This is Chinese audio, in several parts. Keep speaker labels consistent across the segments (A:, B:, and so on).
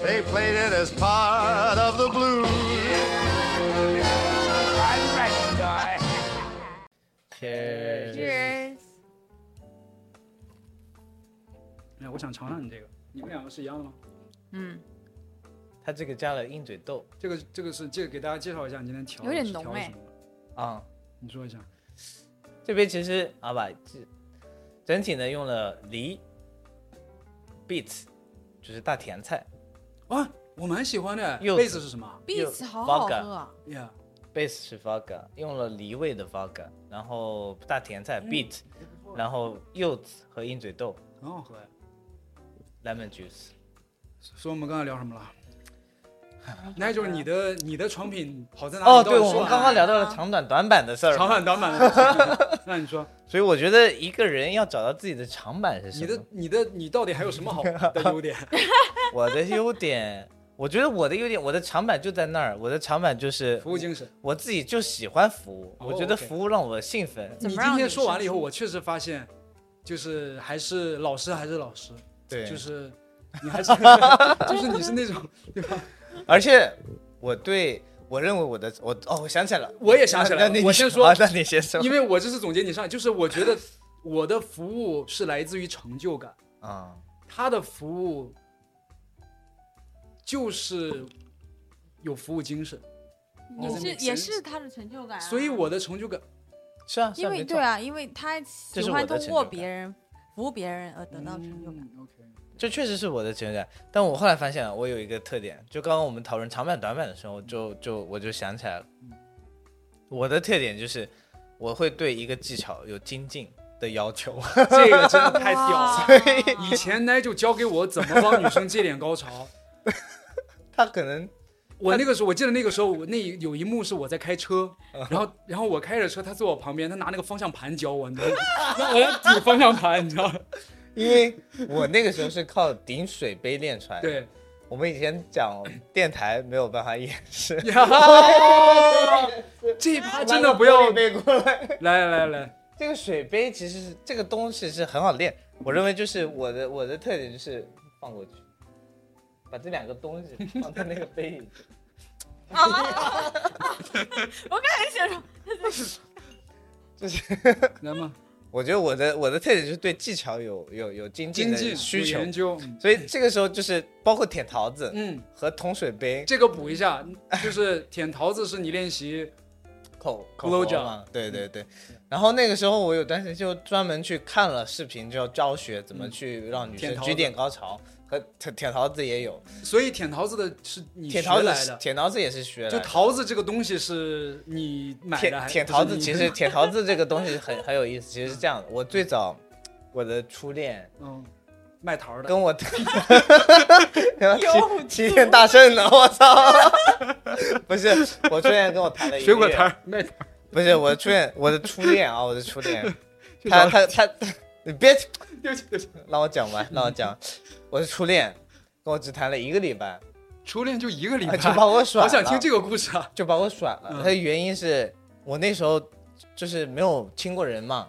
A: They played it as part of the blues.
B: Cheers
C: 哎，我想尝尝你这个，你们两个是一样的吗？
D: 嗯，
B: 它这个加了鹰嘴豆
C: 这个这个是这个给大家介绍一下，你今天调的
D: 有点
C: 是
D: 浓
C: 调的
D: 哎
C: 什么的
B: 啊、
C: 你说一下，
B: 这边其实啊吧，这整体呢用了梨、beets，就是大甜菜、
C: 啊，我蛮喜欢的。
B: 柚
C: 贝
B: 子
C: 斯是什么
D: 碧池好
B: vodka
D: 好喝啊，
C: ？Yeah，
B: 贝斯是 vodka，用了梨味的 vodka，然后大甜
C: 嗯
B: 菜 beet，、然后柚子和鹰嘴豆
C: 很好喝哎。
B: lemon juice。
C: 所以我们刚才聊什 么了？那就是你的你的产品好在哪里？
B: 哦，
C: 到底
B: 对，
C: 是
B: 我们
C: 哪
B: 刚刚聊到了长短短板的事
C: 啊长
B: 儿，
C: 板短 板的，那你说
B: 所以我觉得一个人要找到自己的长板是
C: 你
B: 什么
C: 的？你的你到底还有什么好的 优点？
B: 我的优点，我觉得我的优点，我的长板就在那儿，我的长板就是
C: 服务精神。
B: 我自己就喜欢服务，
C: 哦
B: 我觉得
C: OK
B: 服务让我兴奋。
D: 怎
C: 你
D: 么让
C: 今天
D: 女
C: 说
D: 生
C: 完了以后，
D: 舒服
C: 我确实发现，就是还是老师还是老师，
B: 对
C: 就是你还是 就是你是 那种对吧？
B: 而且我对我认为我的我哦，我想起来了，
C: 我也想起来了
B: 那那你
C: 我先说
B: 啊那你先说，
C: 因为我这次总结你上来，就是我觉得我的服务是来自于成就感，
B: 啊、
C: 他的服务就是有服务精神，
D: 也
C: 哦
D: 是
C: makes
D: 也
C: sense
D: 是他的成就感啊。
C: 所以我的成就感
B: 是啊，是
D: 因
B: 啊
D: 为
B: 没错
D: 对啊，因为他
B: 这
D: 喜
B: 是我
D: 欢
B: 的
D: 通
B: 成
D: 过
B: 就
D: 别
B: 感
D: 人服务别人而得到成就感。
C: 嗯 OK，
B: 这确实是我的成就感。但我后来发现啊，我有一个特点，就刚刚我们讨论长板短板的时候，就就我就想起来了，我的特点就是我会对一个技巧有精进的要求。
C: 这个真的太屌了。
D: 了
C: 以前奶就教给我怎么帮女生接点 高潮，
B: 他可能
C: 我那个时候，我记得那个时候，我那一有一幕是我在开车，
B: 嗯
C: 然后然后我开着车，他坐我旁边，他拿那个方向盘教我，你知道吗？那我要顶方向盘，你知道吗？
B: 因为我那个时候是靠顶水杯练出来的。，
C: 对，
B: 我们以前讲电台没有办法演示，
C: 呀，这一趴 真的不
B: 拿个
C: 要
B: 玻璃杯过来。
C: 来来来，
B: 这个水杯其实是这个东西是很好练，我认为就是我的我的特点就是放过去，把这两个东西放在那个杯 里，
D: 我刚才想 说，
B: 就是
C: 来嘛，
B: 我觉得我的我的特点就是对技巧有有有精进
C: 经
B: 的
C: 济
B: 需求
C: 有，研究，
B: 所以这个时候就是包括舔桃子
C: 嗯，
B: 和捅水杯
C: 这个补一下，就是舔桃子是你练习，
B: 口口
C: Blow 嗯
B: 红嘛，对对对。然后那个时候我有段时间就专门去看了视频，就要教学怎么去让女
C: 舔
B: 生
C: 嗯桃子
B: 举点高潮。和舔舔桃子也有，
C: 所以舔桃子的是你学
B: 舔桃
C: 来
B: 子
C: 的，
B: 舔桃子也是学来
C: 就
B: 的。
C: 桃子这个东西是你买的还
B: 舔
C: 是
B: 舔桃子，
C: 你
B: 其 实舔桃子这个东西很很有意思。其实是这样的，我最早我的初恋
C: 嗯，卖桃的，
B: 跟我 的， 然后齐齐天大圣呢，我操！ 不是，我初恋跟我谈了一个
C: 水果
B: 月
C: 摊儿 卖桃儿，
B: 不是我的初恋，我的初恋啊，我的初 恋，他他他，你别
C: 对不起对不起。
B: 让我讲完，让我讲，我的初恋跟我只谈了一个礼拜，
C: 初恋就一个礼拜，
B: 啊就把我甩了。
C: 好想听这个故事啊！
B: 就把我甩了。
C: 嗯
B: 他的原因是我那时候就是没有亲过人嘛，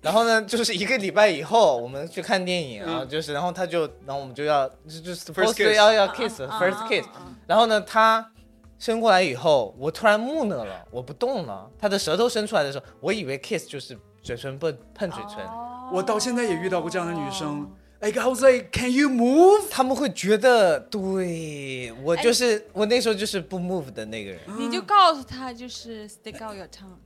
B: 然后呢，就是一个礼拜以后我们去看电影啊，
C: 嗯
B: 就是然后他就，然后我们就要就就
C: First
B: supposed to
C: kiss
B: 要要
D: 啊
B: kiss
D: 啊
B: first
D: 啊
B: kiss，
D: 啊啊
B: 然后呢他。伸过来以后，我突然木讷了，我不动了。他的舌头伸出来的时候，我以为 kiss 就是嘴唇碰碰嘴唇，
D: 哦
C: 我到现在也遇到过这样的女生。哎，I was like, can you move？
B: 他们会觉得对我就是、我那时候就是不 move 的那个人。
D: 你
C: 嗯
D: 就告诉他就是 stick out your tongue。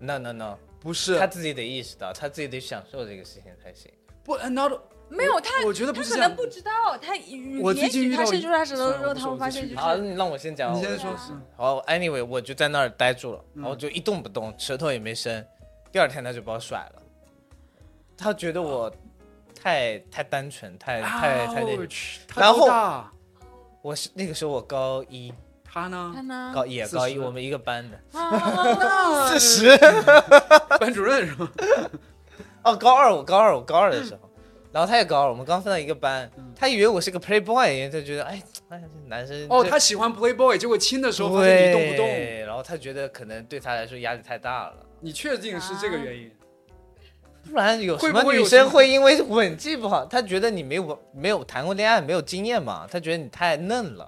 B: No no no，
C: 不是
B: 他，自己得意识到，他自己得享受这个事情才行。
C: 不呃，not。
D: 没有他，
C: 我觉得不
D: 他
C: 是
D: 可
C: 这样
D: 能不知道，他也
C: 我最近
D: 许
C: 遇到
D: 他伸
C: 一
D: 出他舌头
C: 算
D: 之后，
C: 了我不
D: 他
C: 说
D: 会
C: 我啊
D: 发
C: 继
D: 现就
C: 续
D: 是
B: 好，你让我先讲。
C: 你现在
B: 我
C: 说
D: 对啊
C: 是
B: 好，anyway，我就在那儿呆住了，然后就一动不动，舌头也没伸。第二天他就把我甩了，他觉得我太太单纯，太太
C: 啊
B: 太那个。
C: Ouch，
B: 然后
C: 他多大啊
B: 我是那个时候我高一，
C: 他
D: 他
C: 呢？
D: 呢
B: 高也
C: 40
B: 高一，我们一个班的。
D: 啊
B: 四十
C: 班主任是吧？
B: 哦，高二我高二我高二
C: 嗯
B: 的时候，然后他也高二，我们刚分到一个班，他以为我是个 playboy，他觉得哎哎这男生
C: 哦，
B: 这
C: 他喜欢 Playboy，结果亲的时候发现
B: 对
C: 你动不动，
B: 然后他觉得可能对他来说压力太大了。啊
C: 你确定是这个原因？
B: 不然有什
C: 会
B: 么
C: 不会有
B: 女生
C: 什么
B: 会因为吻技不好，她觉得你没有没有谈过恋爱，没有经验嘛？她觉得你太嫩了。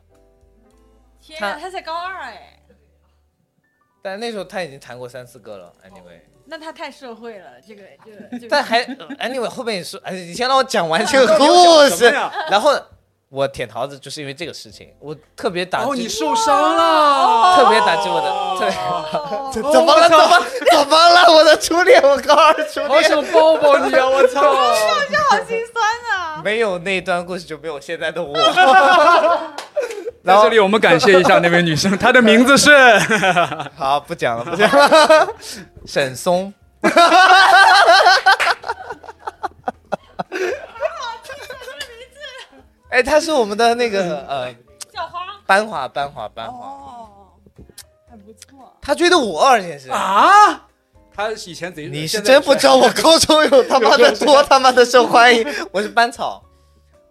D: 天
B: 他
D: 啊，他才高二哎，
B: 但那时候她已经谈过三四个了，anyway。
C: 哦
D: 那他太社会了，这个这个这
B: 但
D: 个。
B: 还 anyway，后面你说，哎，你先让我讲完 这个
C: 到底
B: 故
C: 要讲
B: 事
C: 什么呀。
B: 然后我舔桃子就是因为这个事情，我特别打
C: 然后
B: 击，
C: 哦你受伤了，
B: 特别打击我的，特 别。
D: 哦
A: 怎么了？怎么 怎么了？我的初恋，我高二初
C: 好
A: 恋。
C: 想抱抱 你啊！我操！
D: 好心酸 啊！
B: 没有那段故事，就没有现在的 我。然
C: 在
B: 后
C: 这里，我们感谢一下那位女生，她的名字是
B: 好，不讲了，不讲了。 沈松，哎，他是我们的那个呃
D: 校花
B: 班花，班花，班花。
D: 哦，很不错。
B: 他追的我，而且是
C: 啊。她以前贼，
B: 你是
C: 现在
B: 真不知道，我高中有他妈的多他妈的受欢迎，我是班草，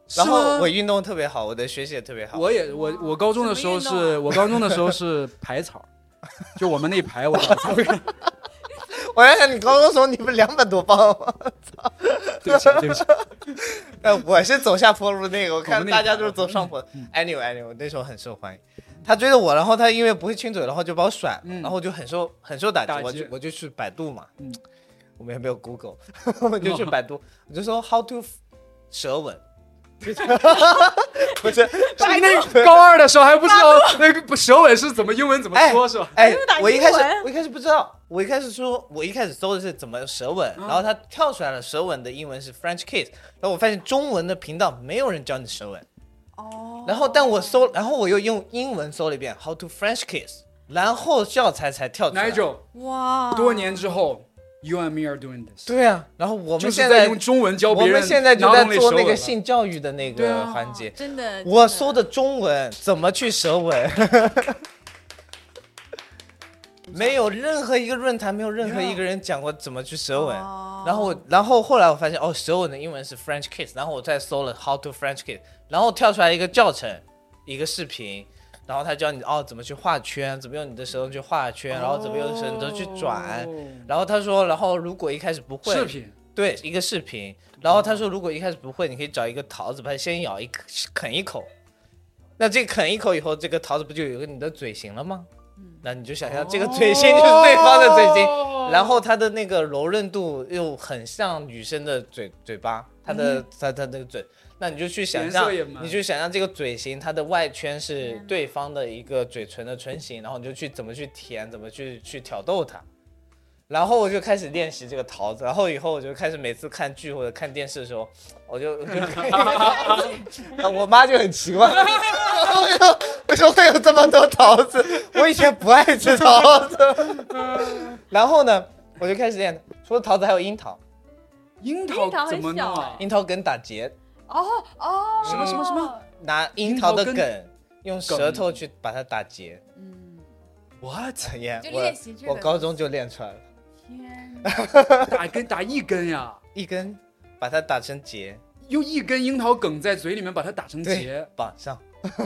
C: 是
B: 然后
C: 吗
B: 我运动特别好，我的学习也特别好。
C: 我也我我高中的时候
D: 什么运
C: 是
D: 动啊
C: 我高中的时候是排草，就我们那一排我 打草。
B: 我想想，你高中的时候你不是两百多啊磅吗？
C: 对不起对不起，
B: 呃，我是走下坡路那个，我
C: 我
B: 看
C: 们那嗯
B: 大
C: 个
B: 家都是走上坡。anyway anyway，那时候很受欢迎。他追着我，然后他因为不会亲嘴，然后就把我甩了，
C: 嗯
B: 然后我就很受很受打击。
C: 打击
B: 我就我就去百度嘛，
C: 嗯
B: 我们也没有 Google，我 就去百 度，我就说 how to 舌吻，不是
C: 是那高二的时候还不知道那个舌吻是怎么英文怎么说是吧？
B: 哎
D: 又打，
B: 我一开始
D: 英文
B: 我一开始不知道，我一开始说，我一开始搜的是怎么舌吻，
C: 嗯
B: 然后它跳出来了，舌吻的英文是 French kiss，然后我发现中文的频道没有人教你舌吻，
D: 哦
B: 然后但我搜，然后我又用英文搜了一遍 how to French kiss，然后教材才跳出来。
C: Nigel，
D: 哇，
C: 多年之后，You and me are doing this，
B: 对啊，然后我
C: 就
B: 们
C: 是
B: 现
C: 在用中文教
B: 我
C: 别人，
B: 们现在就
C: 然后
B: 在
C: 用
B: 做
C: 手
B: 那个
C: 吻
B: 性教育的那
C: 对
B: 个
C: 啊
B: 环节，
D: 真的，
B: 我
D: 真
B: 搜的中文怎么去舌吻， 没有任何一个论坛，没有任何一个人讲过怎么去舌吻。
D: 哦
B: 然后我，然后后来我发现，哦，舌吻的英文是 French kiss，然后我再搜了 How to French kiss，然后跳出来一个教程，一个视频。然后他教你哦怎么去画圈，怎么用你的舌头去画圈，然后怎么用舌头去转。
D: 哦
B: 然后他说，然后如果一开始不会，
C: 哦视频，
B: 对，一个视频。然后他说，如果一开始不会，你可以找一个桃子，把它先咬一口啃一口。那这个啃一口以后，这个桃子不就有一个你的嘴型了吗？那你就想象这个嘴型就是对方的嘴型，然后它的那个柔韧度又很像女生的嘴嘴巴，它的它它那个嘴，那你就去想
C: 颜
B: 象
C: 色也，蛮
B: 你就想象这个嘴型，它的外圈是对方的一个嘴唇的唇形，然后你就去怎么去舔，怎么去去挑逗它。然后我就开始练习这个桃子，然后以后我就开始每次看剧或者看电视的时候，我就 我就啊我妈就很奇怪，为什么为什么会有这么多桃子？我以前不爱吃桃 子。然后呢，我就开始练，除了桃子还有樱桃，
C: 樱
D: 樱桃
C: 桃
D: 很
C: 怎么
D: 小
C: 弄？
B: 樱桃梗打结，
D: 哦哦，
C: 什么什么什么？
B: 拿樱桃的
C: 樱桃
B: 梗用舌头去把它打结。
D: 嗯，
C: ？What？
B: 耶
D: 就，练习这
B: 我
D: 个
B: 我高中就练出来了，
D: 天，
C: 啊打根打一根呀，
B: 一根把它打成结，
C: 用一根樱桃梗在嘴里面把它打成
B: 对
C: 结。，
B: 绑上。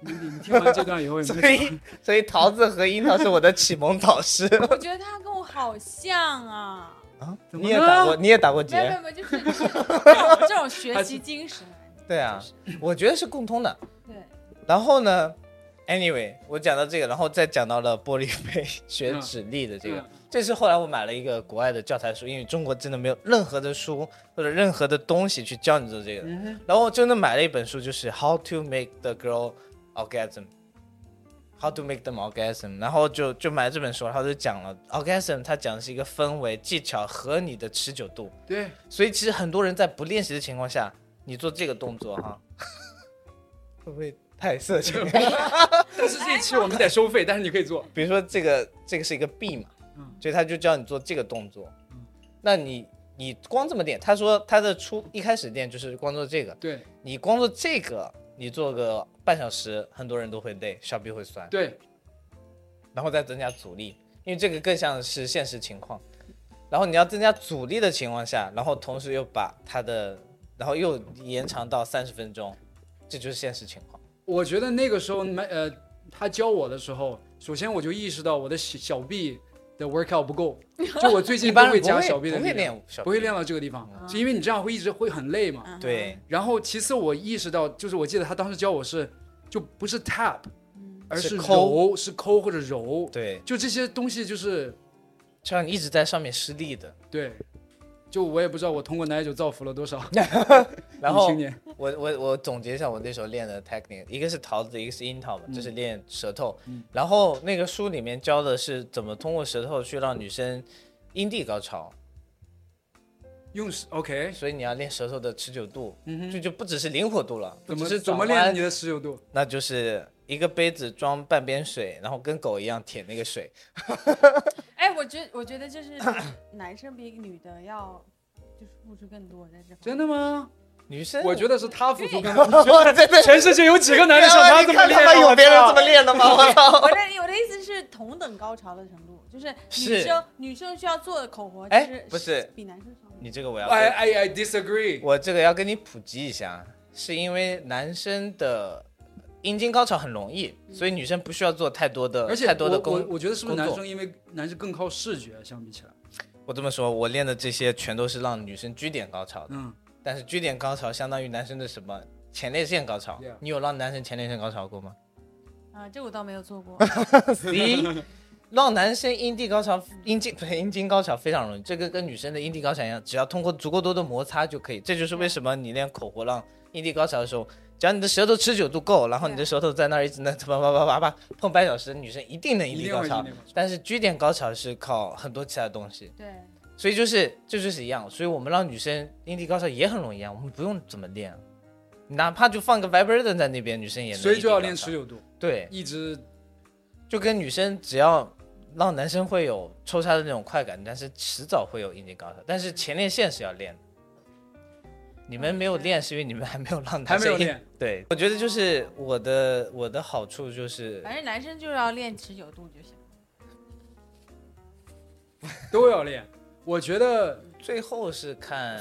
C: 你你你听完这段以后，你
B: 所
C: 就
B: 以所以桃子和樱桃是我的启蒙导师。
D: 我觉得他跟我好像啊，
C: 怎
B: 你
C: 么呢
B: 也打过，你也打过
D: 没有没有
B: 结，
D: 没有，就是这种这种学
C: 还
D: 习
C: 是
D: 精神，
B: 对啊，我觉得是共通的。
D: 对，
B: 然后呢，anyway，我讲到这个，然后再讲到了玻璃杯学指力的这个，
C: 嗯
B: 这是后来我买了一个国外的教材书，因为中国真的没有任何的书或者任何的东西去教你做这个。
C: 嗯
B: 然后我真的买了一本书，就是 How to Make the Girl Orgasm。How to make them orgasm，然后就就买了这本书，然后就讲了 orgasm，它讲的是一个氛围、技巧和你的持久度。
C: 对，
B: 所以其实很多人在不练习的情况下，你做这个动作哈， 会不会太色情？
C: 但是这一期我们得收费，但是你可以做。
B: 比如说这个这个是一个 B 嘛，
C: 嗯
B: 所以他就教你做这个动作。
C: 嗯
B: 那你你光这么练，他说他的初一开始练就是光做这个，
C: 对
B: 你光做这个，你做个半小时，很多人都会累，小臂会酸，
C: 对，
B: 然后再增加阻力，因为这个更像是现实情况。然后你要增加阻力的情况下，然后同时又把它的，然后又延长到三十分钟，这就是现实情况。
C: 我觉得那个时候没呃，他教我的时候，首先我就意识到我的小小臂的 workout 不够，就我最近
B: 一般人
C: 都会
B: 不
C: 加
B: 会
C: 小臂的
B: 不
C: 力
B: 会
C: 量，
B: 练小
C: 不会
B: 臂
C: 练到这个地方，
D: 嗯
C: 是因为你这样会一直会很累嘛。
D: 嗯
B: 对，
C: 然后其次我意识到，就是我记得他当时教我是，就不是 tap，
D: 嗯
C: 而
B: 是
C: 是
B: 抠
C: 揉，是抠或者揉，
B: 对，
C: 就这些东西就是
B: 这样一直在上面施力的。
C: 对，就我也不知道我通过奶酒造福了多 少
B: 然
C: 女
B: 后
C: 青年。
B: 我我我总结一下我那时候练的 technique，一个是桃子，一个是樱桃嘛，
C: 嗯
B: 就是练舌头。
C: 嗯
B: 然后那个书里面教的是怎么通过舌头去让女生阴蒂高潮，
C: 用 OK，
B: 所以你要练舌头的持久度，
C: 嗯哼
B: 就就不只是灵活度了，
C: 怎
B: 不
C: 么
B: 只是
C: 怎么
B: 转弯
C: 练你的持久度？
B: 那就是一个杯子装半边水，然后跟狗一样舔那个水。
D: 哎，我觉我觉得就是男生比女的要就是付出更多在这方面。
C: 真的吗？
B: 女生，
C: 我觉得是他付出更 多。
B: 得真的，
C: 全世界有几个男人像他这么
B: 看
C: 练
B: 他
C: 啊？
B: 妈有别人
C: 我
B: 这么
C: 操
B: 练的吗？ 我操！
D: 我的我的意思是同等高潮的程度，就是女
B: 是
D: 生女生需要做的口活，
B: 哎
D: 其实
B: 不是
D: 比男生少很多。
B: 你这个我要
C: ？I I I disagree。
B: 我这个要跟你普及一下，是因为男生的阴茎高潮很容易，所以女生不需要做太多的，
C: 而且
B: 太多的
C: 我我
B: 工。
C: 我觉得是不是男
B: 工作
C: 生因为男生更靠视觉相比起来，
B: 我这么说，我练的这些全都是让女生居点高潮的，
C: 嗯，
B: 但是居点高潮相当于男生的什么前列腺高潮
C: Yeah
B: 你有让男生前列腺高潮过吗
D: 啊，这我倒没有做过。
B: ？C，让男生阴蒂高潮、阴茎不是阴茎高潮非常容易，这个跟女生的阴蒂高潮一样，只要通过足够多的摩擦就可以。这就是为什么你练口活让阴蒂高潮的时候，只要你的舌头持久度够，然后你的舌头在那儿一直能叭叭叭叭叭碰半小时，女生一定能阴
C: 嗯一
B: 蒂
C: 定会
B: 高潮
C: 一定会。
B: 但是 G 点高潮是靠很多其他东西，
D: 对，
B: 所以就是这就是一样，所以我们让女生阴蒂高潮也很容易啊，我们不用怎么练，哪怕就放个 vibrator 在那边，女生也能。
C: 所以就要练持。久度，
B: 对，
C: 一直
B: 就跟女生只要让男生会有抽插的那种快感，但是迟早会有阴茎高潮，但是前列腺是要练的。你们没有练，是因为你们还没有让
C: 还
B: 男
C: 没
B: 生
C: 有
B: 阴
C: 练。
B: 对，我觉得就是我的我的好处就是
D: 反正男生就是要练持久度就行。
C: 都要练。我觉得
B: 最后是看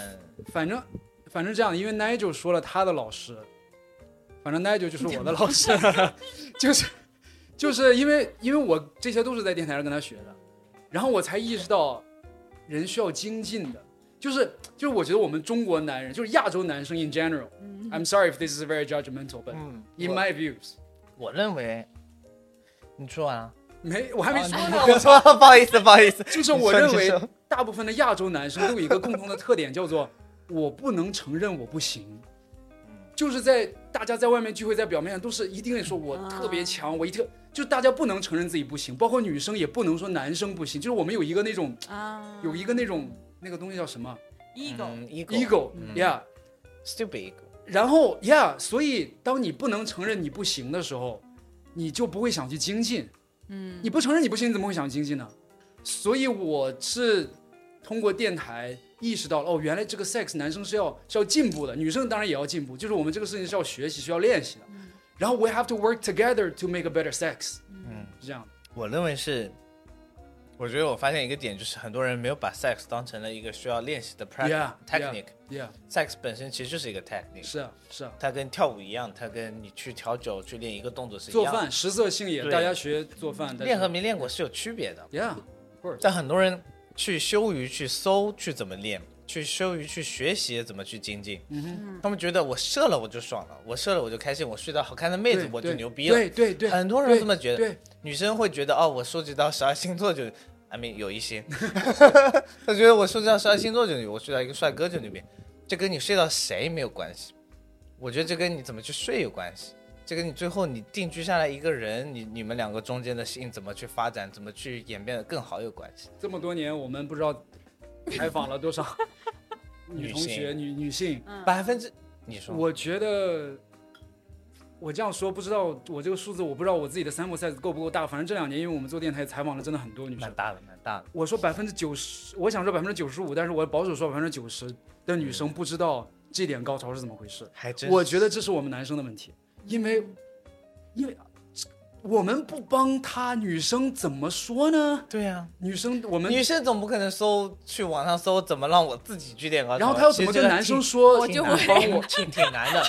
C: 反正反正这样，因为 Nigel 说了他的老师，反正 Nigel 就是我的老师， 就是就是因为因为我这些都是在电台上跟他学的，然后我才意识到人需要精进的，就是就是我觉得我们中国男人，就是亚洲男生 in general。
D: 嗯，
C: I'm sorry if this is very judgmental, but
B: 嗯，
C: in
B: 我
C: my views，
B: 我认为你说完啊了，
C: 没我还没说呢，
B: 我说 不好意思不好意思，
C: 就是
B: 你说
C: 我认
B: 你
C: 为
B: 说
C: 大部分的亚洲男生都有一个共同的特点，叫做我不能承认我不行。就是在大家在外面聚会，在表面上都是一定得说我
D: 啊
C: 特别强，我一特就大家不能承认自己不行，包括女生也不能说男生不行，就是我们有一个那种
D: 啊，
C: 有一个那种那个东西叫什么
D: ego，
B: 嗯 ego
C: ego，yeah，、Yeah，
B: stupid ego，
C: 然后 yeah，所以当你不能承认你不行的时候，你就不会想去精进，
D: 嗯，
C: 你不承认你不行，你怎么会想经济呢？所以我是通过电台意识到了，哦，原来这个 sex 男生是要是要进步的，女生当然也要进步，就是我们这个事情是要学习、需要练习的。然后 we have to work together to make a better sex，
B: 嗯，
C: 是这样的。
B: 我认为是，我觉得我发现一个点就是很多人没有把 sex 当成了一个需要练习的 practice
C: Yeah,
B: technique。
C: Yeah，
B: sex 本身其实就是一个 technique，
C: 是啊，是啊。
B: 它跟跳舞一样，它跟你去调酒去练一个动作是一
C: 做
B: 样的。
C: 饭食色性也，
B: 对
C: 大家学做饭。但是
B: 练和没练过是有区别的，
C: Yeah，
B: 但很多人去羞于去搜去怎么练，去羞于去学习怎么去精进。
C: 嗯
B: 他们觉得我射了我就爽了，我射了我就开心，我睡到好看的妹子
C: 对
B: 我就
C: 对
B: 牛逼了。
C: 对对 对，
B: 很多人这么觉得。
C: 对，对
B: 女生会觉得哦，我收集到十二星座就，I mean 有一些，她觉得我收集到十二星座就牛，我睡到一个帅哥就牛逼，这跟你睡到谁没有关系，我觉得这跟你怎么去睡有关系，这跟你最后你定居下来一个人，你你们两个中间的性怎么去发展，怎么去演变得更好有关系。
C: 这么多年我们不知道采访了多少 女
B: 女
C: 同学、
B: 性
C: 女女性，
B: 百分之，你说
C: 我觉得我这样说不知道我这个数字，我不知道我自己的 sample size 够不够大。反正这两年，因为我们做电台采访了真的很多女
B: 蛮
C: 生，
B: 大的，蛮大的，
C: 我说百分之九十，我想说百分之九十五，但是我保守说百分之九十的女生不知道这点高潮是怎么回事。
B: 还真
C: 我觉得这是我们男生的问题，因为因为我们不帮他，女生怎么说呢？
B: 对呀、
C: 女生我们，
B: 女生总不可能搜去网上搜怎么让我自己去练高潮，
C: 然后他又怎么
B: 其实
C: 跟
B: 这个
C: 男生
B: 挺
C: 说？
D: 我就会
C: 请帮我，
B: 挺挺难的，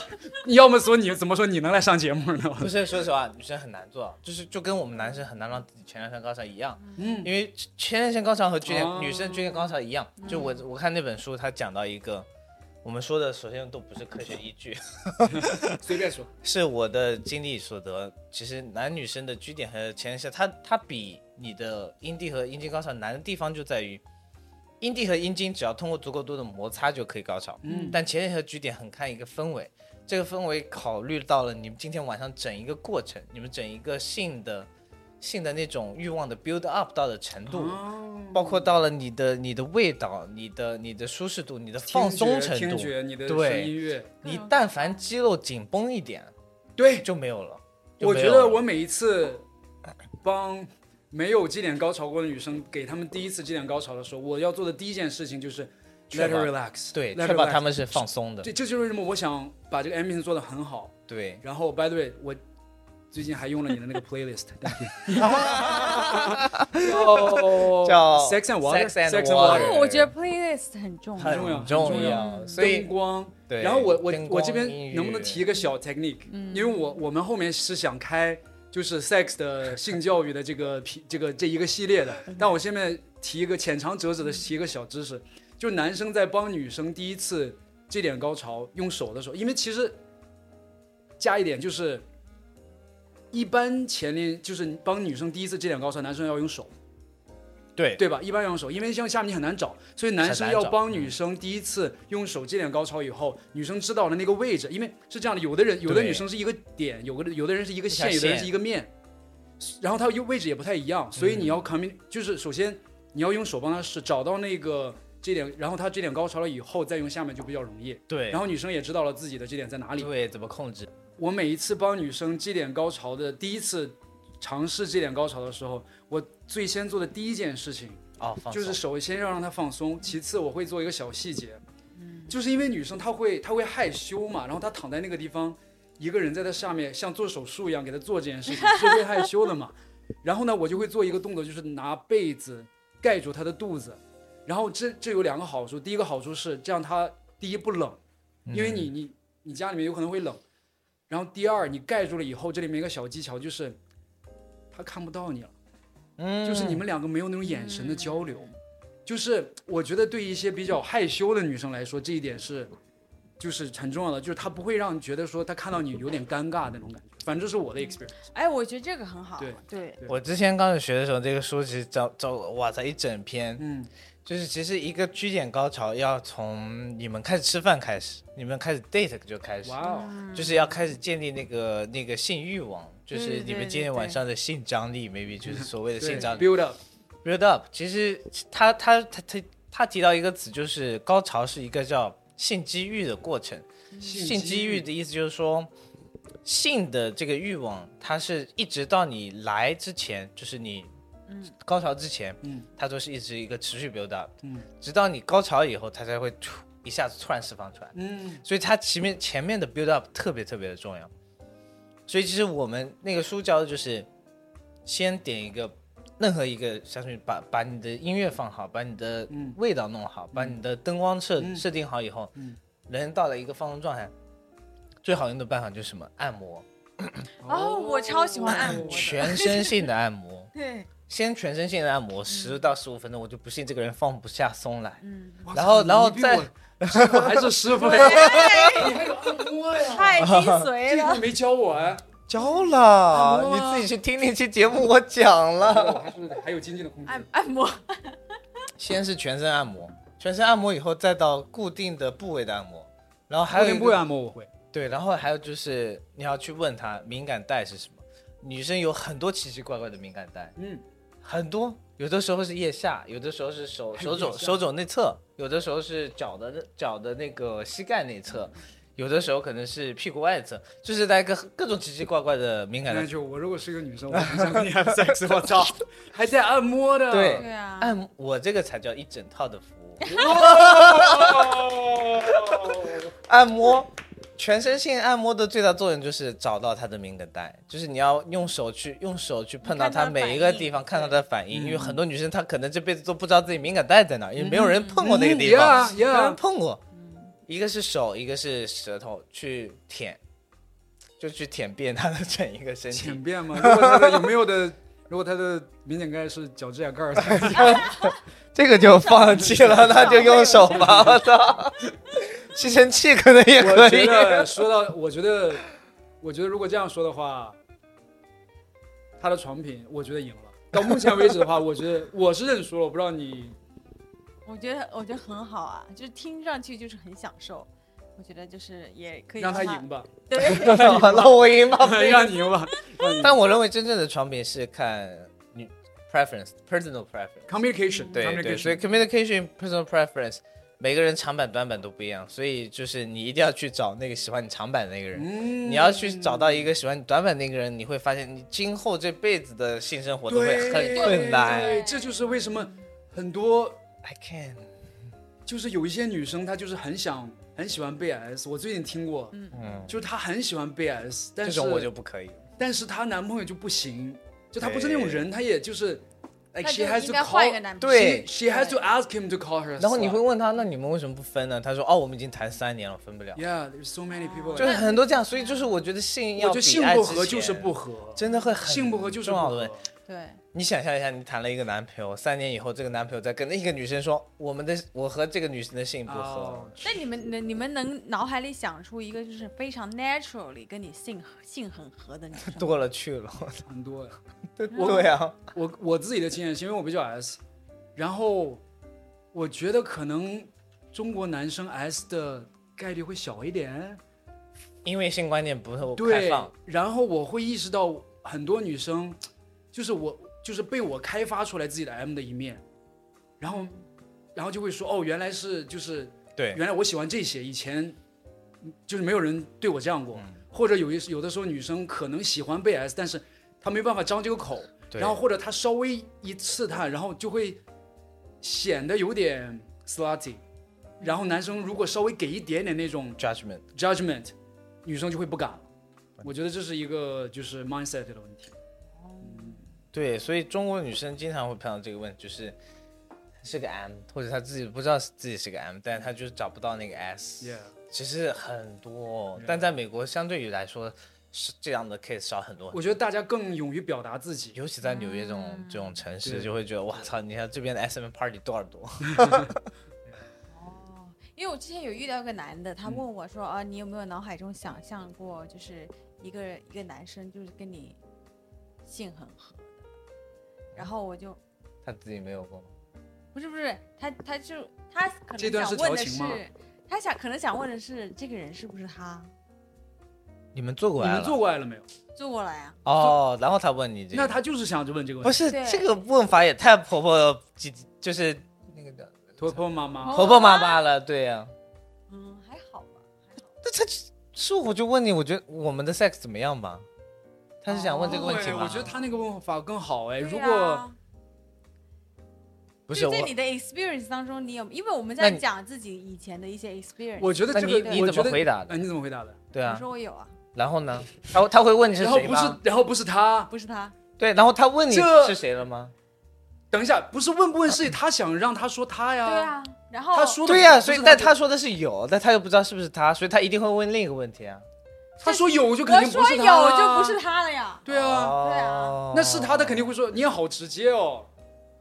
C: 你要么说你怎么说你能来上节目呢？
B: 不是说实话，女生很难做，就是就跟我们男生很难让自己全身上高潮一样，
C: 嗯
B: 因为全身上高潮和剧烈、
C: 哦
B: 女生剧烈高潮一样。就我我看那本书，他讲到一个，我们说的首先都不是科学依据，
C: 随便说，
B: 是我的经历所得。其实男女生的居点和前列腺，它它比你的阴蒂和阴茎高潮难的地方就在于，阴蒂和阴茎只要通过足够多的摩擦就可以高潮，
C: 嗯
B: 但前列腺和居点很看一个氛围，这个氛围考虑到了你们今天晚上整一个过程，你们整一个性的性的那种欲望的 build up 到的程度。
C: 啊哦
B: 包括到了你的你的味道、你的你的舒适度、你的放松程
C: 听
B: 度，
C: 觉，你的
B: 对
C: 声音乐，
B: 你但凡肌肉紧绷一点，
C: 对，
B: 就没有了。就
C: 我
B: 没
C: 觉
B: 有
C: 得
B: 了
C: 我每一次帮没有基点高潮过的女生，给她们第一次基点高潮的时候，我要做的第一件事情就是 let
B: 确
C: her
B: 保
C: relax，
B: 对，
C: let
B: 确保
C: her relax
B: 他们是放松的
C: 这。这就是为什么我想把这个 ambition 做得很好。
B: 对，
C: 然后 by the way，我最近还用了你的那个 playlist，叫
B: 叫
C: Sex and
B: Sex
C: Water
B: and
C: Sex and
B: Water
D: 哦，我觉得 playlist 很重
B: 很
D: 要。
C: 重要
B: 重
C: 很重
B: 要。所
C: 灯
B: 以，
C: 光。
B: 对。
C: 然后我我
B: 灯
C: 我
B: 光
C: 这
B: 音
C: 边
B: 乐
C: 能不能提一个小 technique？、因为我我们后面是想开就是 sex 的性教育的这个批 这个这一个系列的，但我现在提一个浅尝辄止的提一个小知识，就男生在帮女生第一次这点高潮用手的时候，因为其实加一点就是。一般前列就是你帮女生第一次这点高潮，男生要用手，
B: 对
C: 对吧？一般要用手，因为像下面你很难找，所以男生
B: 很难
C: 要
B: 找嗯
C: 帮女生第一次用手接点高潮以后，女生知道了那个位置，因为是这样的，有的人有的
B: 对
C: 女生是一个点，有个有的人是一个
B: 一
C: 线，
B: 条
C: 有的
B: 线
C: 人
B: 嗯
C: 是一个面，然后它又位置也不太一样，所以你要 commun、就是首先你要用手帮她试，找到那个这点，然后她这点高潮了以后再用下面就比较容易。
B: 对，
C: 然后女生也知道了自己的这点在哪里。
B: 对怎么控制？
C: 我每一次帮女生祭点高潮的第一次尝试祭点高潮的时候，我最先做的第一件事情
B: 哦，放
C: 就是
B: 松
C: 首先要让她放松，其次我会做一个小细节，就是因为女生她会她会害羞嘛，然后她躺在那个地方，一个人在她下面像做手术一样给她做这件事情是会害羞的嘛。然后呢，我就会做一个动作，就是拿被子盖住她的肚子，然后这这有两个好处，第一个好处是这样她第一不冷，
B: 嗯
C: 因为你你你家里面有可能会冷，然后第二你盖住了以后，这里面一个小技巧就是，她看不到你了。
B: 嗯，
C: 就是你们两个没有那种眼神的交流，就是我觉得对一些比较害羞的女生来说，这一点是就是很重要的，就是她不会让你觉得说她看到你有点尴尬的那种感觉。反正这是我的 experience，
D: 哎，我觉得这个很好。
C: 对
D: 对，
B: 我之前刚开始学的时候，这个书其实招招哇塞一整篇，
C: 嗯，
B: 就是其实一个居点高潮要从你们开始吃饭开始，你们开始 date 就开始，
C: 哇哦，
B: 就是要开始建立那个那个性欲望，就
D: 对
B: 是
D: 对
B: 你
D: 对
B: 们今天
D: 对
B: 晚上的性张力，maybe 就是所谓的
C: 对
B: 性张力。
C: build up，
B: build up，其实他他他他他提到一个词，就是高潮是一个叫性机遇的过程。性机遇的意思就是说，性的这个欲望，它是一直到你来之前，就是你高潮之前，
C: 嗯，
B: 它都是一直一个持续 build up，
C: 嗯，
B: 直到你高潮以后，它才会突一下子突然释放出来。
C: 嗯，
B: 所以它前面前面的 build up 特别特别的重要。所以其实我们那个书教的就是，先点一个任何一个香薰，把把你的音乐放好，把你的
C: 嗯
B: 味道弄好，把你的灯光设、
C: 嗯
B: 设定好以后，
C: 嗯
B: 人到了一个放松状态，最好用的办法就是什么？按摩，
D: 哦，我超喜欢按摩的。。
B: 全身性的按摩
D: 嗯对，
B: 先全身性的按摩十到十五分钟，我就不信这个人放不下松来。
D: 嗯，
C: 哇
B: 然后
C: 你
B: 然后
C: 比
B: 再
C: 我师傅 还是师傅，你还有按摩呀？
D: 太精
C: 这
D: 髓
C: 个
D: 了
C: 你。没教 我哎，
B: 教了，
C: 按摩
B: 你
C: 啊
B: 自己去听那期节目，我讲了。
C: 我还是还有精进的空间
D: 按。按摩，
B: 先是全身按摩，全身按摩以后再到固定的部位的按摩，然后还有一
C: 后
B: 个
C: 面不按摩我会，
B: 对，然后还有就是你要去问他敏感带是什么。女生有很多奇奇怪怪的敏感带，
C: 嗯，
B: 很多，有的时候是腋下，有的时候是手
C: 还有
B: 手肘
C: 腋下
B: 手肘内侧，有的时候是脚的脚的那个膝盖内侧，有的时候可能是屁股外侧，就是在各各种奇奇怪怪的敏感
C: 那
B: 带。
C: 就我如果是一个女生，我不想跟 你 have sex，我操，还带按摩的，
B: 对
D: 对啊，
B: 按摩我这个才叫一整套的服务，
C: 哇
B: 按摩、全身性按摩的最大作用就是找到它的敏感带，就是你要用手去用手去碰到
D: 看它
B: 它
D: 的
B: 每一个
D: 反应
B: 地方，看它的反应。
C: 嗯
B: 因为很多女生她可能这辈子都不知道自己敏感带在哪儿，
D: 嗯
B: 因为没有人碰过那个地方，
C: 呀
B: 没有人
C: 呀，
B: 碰过。一个是手，一个是舌头，去舔，就去舔遍她的整一个身体
C: 浅。变吗？如果他的有没有的，如果他的敏感盖是脚趾甲盖儿的，
B: 这个就放弃了，那就用手吧。我操，吸尘器可能也可
C: 我觉
B: 以。
C: 得说到，我觉得，我觉得如果这样说的话，他的床品，我觉得赢了。到目前为止的话，我觉得我是认输了。我不知道你，
D: 我觉得我觉得很好啊，就是听上去就是很享受。我觉得就是也可以
C: 让他
D: 他
C: 赢吧，
D: 对，
B: 那我赢吧。
C: 让你赢吧。让你 赢
B: 但我认为真正的床品是看女 preference personal preference。
C: communication，
B: 对对，所以
C: communication，
B: communication personal preference，每个人长板短板都不一样，所以就是你一定要去找那个喜欢你长板的那个人。
C: 嗯
B: 你要去找到一个喜欢你短板那个人，你会发现你今后这辈子的性生活都会很
C: 对
B: 困难。
C: 对，这就是为什么很多
B: I can，
C: 就是有一些女生她就是很想很喜欢被 S，我最近听过，
B: 嗯，
C: 就是她很喜欢被 S，但
B: 这
C: 是
B: 种我就不可以。
C: 但是她男朋友就不行，就她不是那种人，她也就是
D: 那
C: ，like she
D: 就
C: has
D: 应
C: to
D: 该换一个
C: call，
D: 男朋友。
B: 对
C: she has to ask him to call her。
B: 然后你会问他，那你们为什么不分呢？他说，哦，我们已经谈三年了，分不了。
C: ，yeah，there's so many people，
B: 就是很多这样，所以哦就是我觉得性要
C: 我觉得
B: 比
C: 性
B: 爱
C: 不
B: 之
C: 合就是
B: 前
C: 不合，
B: 真的会很
C: 性不合就是
B: 重
C: 不
B: 要的问
C: 合
B: 题。
D: 对，
B: 你想象一下，你谈了一个男朋友，三年以后，这个男朋友再跟另一个女生说，我们的我和这个女生的性不合，
C: 哦
D: 但你们能你们能脑海里想出一个就是非常 naturally 跟你性性很合的女生？
B: 多了去了。
C: 很多呀。
B: 对对啊，
C: 我我自己的经验是因为我比较 S，然后我觉得可能中国男生 S 的概率会小一点，
B: 因为性观念不够开
C: 对
B: 放，。
C: 然后我会意识到很多女生，就是我就是被我开发出来自己的 M 的一面，然后然后就会说哦，原来是就是
B: 对
C: 原来我喜欢这些，以前就是没有人对我这样过，
B: 嗯
C: 或者有一有的时候女生可能喜欢被 S，但是她没办法张这个口。
B: 对
C: 然后或者他稍微一刺探，然后就会显得有点 slutty。然后男生如果稍微给一点点那种
B: judgment
C: judgment，女生就会不敢了。我觉得这是一个就是 mindset 的问题。
B: 对，所以中国女生经常会碰到这个问题，就是是个 M，或者她自己不知道自己是个 M，但是她就是找不到那个 S。
C: Yeah，
B: 其实很多，但在美国相对于来说是这样的 case 少很多很多
C: 我觉得大家更勇于表达自己。
B: 尤其在纽约这种、这种城市，
C: 对
B: 就会觉得哇操！你看这边的 S M party 多少多，
D: 哦，因为我之前有遇到一个男的，他问我说、啊，你有没有脑海中想象过，就是一个一个男生就是跟你性很合的？然后我就
B: 他自己没有过吗？
D: 不是不是，他他就他可
C: 这
D: 能
C: 段
D: 想
C: 是
D: 问的
C: 调情
D: 是
C: 吗，
D: 他想可能想问的是这个人是不是 他
B: 你们做过
C: 你
B: 爱
C: 们
B: 了
C: 做过爱了没有？
D: 做过来呀、啊？
B: 哦，然后他问你这个，
C: 那他就是想着问这个
B: 不
C: 问题。
B: 是
D: 对
B: 这个问法也太婆婆唧唧，就是那个叫
C: 婆婆妈妈，
B: 婆婆妈妈了，对呀、
D: 嗯，还好吧，还好。
B: 是我就问你，我觉得我们的 sex 怎么样吧？他是想问这个问题
C: 对
B: 吗？
C: 哎我觉得他那个问法更好哎。
D: 对
C: 如
D: 啊
C: 果
B: 不是我
D: 在，你的 experience 当中，你有，因为我们
B: 那
D: 在
B: 你
D: 讲自己以前的一些 experience。
C: 我觉得
B: 那
C: 这
B: 你
C: 个，
B: 你
C: 我
B: 怎
C: 觉
B: 么
C: 得
B: 回答
C: 哎，
B: 的？
C: 你怎么回答的？
B: 对
D: 我
B: 啊，
D: 说我有啊，
B: 然后呢？他他会问你是
C: 然后
B: 谁
C: 不是
B: 吗？，
C: 然后不是他，
D: 不是他，
B: 对，然后他问你
C: 这
B: 是谁了吗？
C: 等一下，不是问不问是他想让他说他呀。
D: 对啊，然后
C: 他说的
B: 对呀、
C: 不是
B: 所以
C: 他
B: 但
C: 就
B: 他说的是有，但他又不知道是不是他，所以他一定会问另一个问题啊。
C: 他说有就肯
D: 我
C: 定不
D: 说
C: 是
D: 有
C: 他
D: 就
C: 啦
D: 不是他了呀。
C: 对啊，
D: 对啊
B: 哦
C: 那是他的肯定会说你也好直接哦。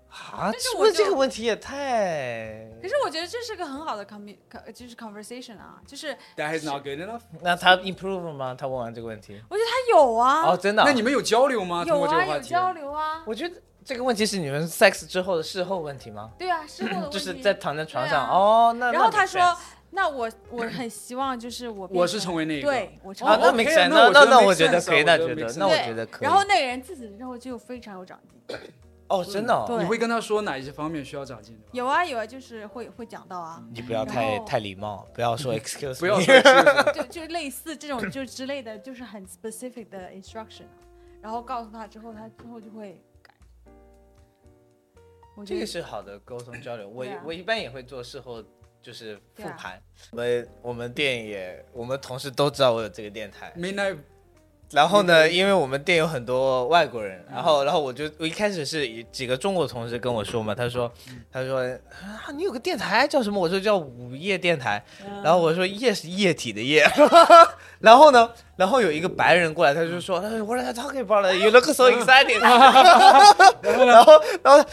B: 啊，
D: 但是
B: 这
D: 我
B: 问这
D: 就
B: 个问题也太……
D: 可是我觉得这是个很好的 commu 呃就是 conversation 啊，就是
C: That is not good enough。
B: 那他 improve 了吗？他问完这个问题，
D: 我觉得他有啊，
B: 哦，真的啊、
C: 那你们有交流吗？通
D: 有
C: 过这个
D: 啊，
C: 话
D: 有
C: 题，
D: 交流啊，
B: 我觉得这个问题是你们 sex 之后的事后问题吗？
D: 对啊，事后的问
B: 就
D: 题。
B: 是在躺在床
D: 对
B: 上、
D: 啊
B: 哦，那
D: 然后
B: 那
D: 他
B: make
D: 说
B: sense，
D: 那我我很希望就是我变
C: 我是成为那一个
D: 对我成
B: 啊，
D: 为
B: 那
C: 哦
B: make
C: OK，
B: sense，
C: 那我
B: 那
C: 觉得 make
B: 我觉得
C: sense
B: 可以，
C: 啊
B: 那
C: 我
B: 觉得
C: 觉得 make
B: 那
C: sense
B: 我
D: 对
B: 觉得可以。
D: 然后那个人自此之后就非常有长进。
B: 哦，真的、哦，
D: 对
C: 你会跟他说哪一些方面需要长进的 吗？
D: 有啊有啊，就是会会讲到啊，
B: 你不要
D: 然
B: 太
D: 后
B: 太礼貌，不要说 excuse，me
C: 不 要说嗯是
D: 就就类似这种就之类的，就是很 specific 的 instruction，啊然后告诉他之后，他之后就会改。我
B: 这
D: 觉得
B: 个是好的沟通交流。我、
D: 对啊
B: 我一般也会做事后，就是复
D: 对啊
B: 盘。我们我们店也，我们同事都知道我有这个电台。
C: Midnight
B: 然后呢，因为我们店有很多外国人，然后然后我就我一开始是以几个中国同事跟我说嘛，他说他说啊你有个电台叫什么？我说叫午夜电台，然后我说夜 是液体的液，然后呢，然后有一个白人过来，他就说他说 What are you talking about? You look so excited. 然后然后啊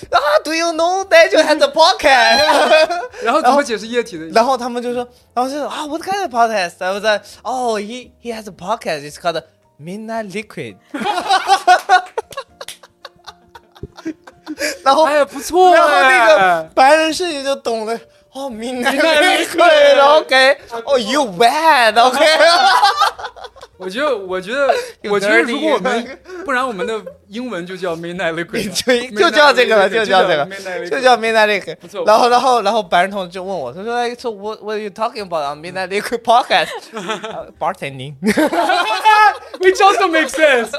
B: Do you know that you had a podcast?
C: 然后怎么解释液体的？
B: 然后他们就说，然后就说啊，What kind of podcast? I was like, oh, he he has a podcast. It's called Midnight Liquid. 然后
C: 哎呀，不错
B: 然后那个
C: 哎
B: 白人世界就懂了。哦，Midnight
C: Midnight
B: Liquid，OK，哦，You bad，OK，
C: 我觉得，我觉得，
B: 有
C: 我觉得，
B: dirty
C: 如果我们不然我们的英文就叫 Midnight Liquid，吧
B: 就就叫这个了，就叫这个
C: Midnight，Liquid，
B: 就叫 Midnight Liquid。
C: 不错
B: 然后，然后，然后白人同事就问我，他说哎，So what what are you talking about on Midnight Liquid podcast？Bartending。
C: It doesn't make sense.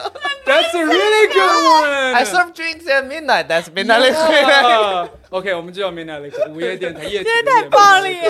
C: That's a really good one. Ah.
B: I serve drinks at midnight. That's midnight liquor.
C: OK，我们就叫 Midnight Liquid 午夜电台夜
D: 真的太棒了耶！